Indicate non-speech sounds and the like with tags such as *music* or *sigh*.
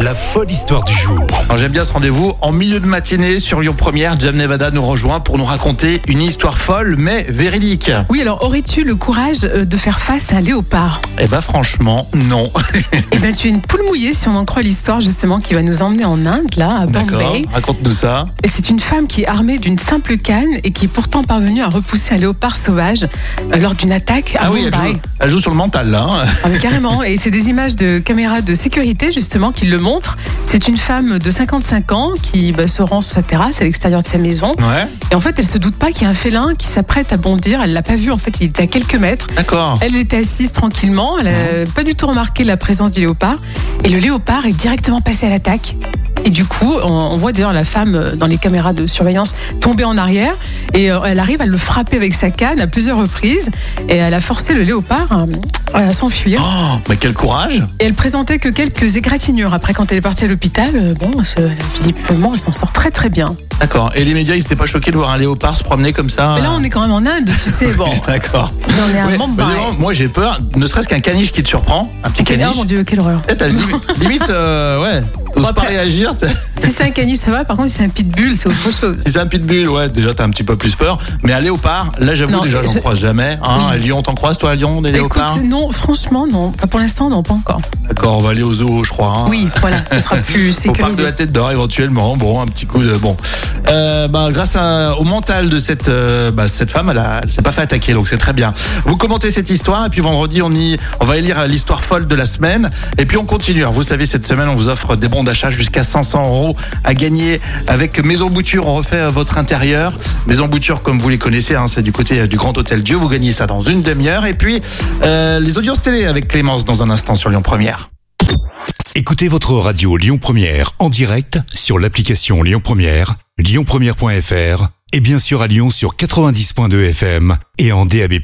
La folle histoire du jour. Alors, J'aime bien ce rendez-vous. En milieu de matinée sur Lyon Première, Jam Nevada nous rejoint pour nous raconter une histoire folle mais véridique. Oui, alors aurais-tu le courage euh, de faire face à un léopard Eh ben franchement, non. Eh ben, tu es une poule mouillée si on en croit l'histoire justement qui va nous emmener en Inde, là, à D'accord. Bombay. Raconte-nous ça. Et c'est une femme qui est armée d'une simple canne et qui est pourtant parvenue à repousser un léopard sauvage euh, lors d'une attaque à Ah oui, elle Mumbai. joue, elle joue sur le mental là. hein. *laughs* Ah, mais carrément, et c'est des images de caméras de sécurité justement qui le montrent. C'est une femme de 55 ans qui bah, se rend sur sa terrasse à l'extérieur de sa maison. Ouais. Et en fait, elle se doute pas qu'il y a un félin qui s'apprête à bondir. Elle l'a pas vu, en fait, il était à quelques mètres. D'accord. Elle était assise tranquillement, elle n'a pas du tout remarqué la présence du léopard. Et le léopard est directement passé à l'attaque. Et du coup, on, on voit d'ailleurs la femme euh, dans les caméras de surveillance tomber en arrière. Et euh, elle arrive à le frapper avec sa canne à plusieurs reprises. Et elle a forcé le léopard euh, à s'enfuir. Oh, mais quel courage. Et elle présentait que quelques égratignures. Après, quand elle est partie à l'hôpital, euh, bon, euh, visiblement, elle s'en sort très très bien. D'accord. Et les médias, ils n'étaient pas choqués de voir un léopard se promener comme ça. Mais là, on est quand même en Inde, tu sais. *laughs* Bon, D'accord. on est à Ouais, Mumbai. mais vraiment, moi j'ai peur, ne serait-ce qu'un caniche qui te surprend, un petit Oh caniche. mon dieu, quelle horreur. Eh, t'as limite, limite, euh, ouais, t'oses Bon, pas après- réagir. t'sais. Si c'est un caniche, ça va. Par contre, si c'est un pitbull, c'est autre chose. Si c'est un pitbull, ouais, déjà t'as un petit peu plus peur. Mais un léopard, là j'avoue Non, déjà, j'en je- croise jamais. Hein, Oui. Bah, À Lyon, t'en croises toi à Lyon des Écoute, léopards non, franchement, non. Enfin, pour l'instant, non, pas encore. D'accord, on va aller au zoo, je crois. hein. Oui, voilà, *laughs* ce sera plus Au parc de sécurisé. la tête d'or éventuellement, bon un petit coup de bon. Euh, bah, grâce à- au mental de cette euh, bah, cette femme, elle, a- elle s'est pas fait attaquer donc c'est très bien. Vous commentez cette histoire et puis vendredi on y on va élire l'histoire folle de la semaine et puis on continue. Alors, vous savez cette semaine on vous offre des bons d'achat jusqu'à 500 euros à gagner avec Maison Bouture. On refait euh, votre intérieur. Maison Bouture comme vous les connaissez, hein, c'est du côté euh, du Grand Hôtel Dieu. Vous gagnez ça dans une demi-heure et puis euh, les audiences télé avec Clémence dans un instant sur Lyon Première. Écoutez votre radio Lyon Première en direct sur l'application Lyon Première, lyonpremière.fr et bien sûr à Lyon sur 90.2 FM et en DAB+.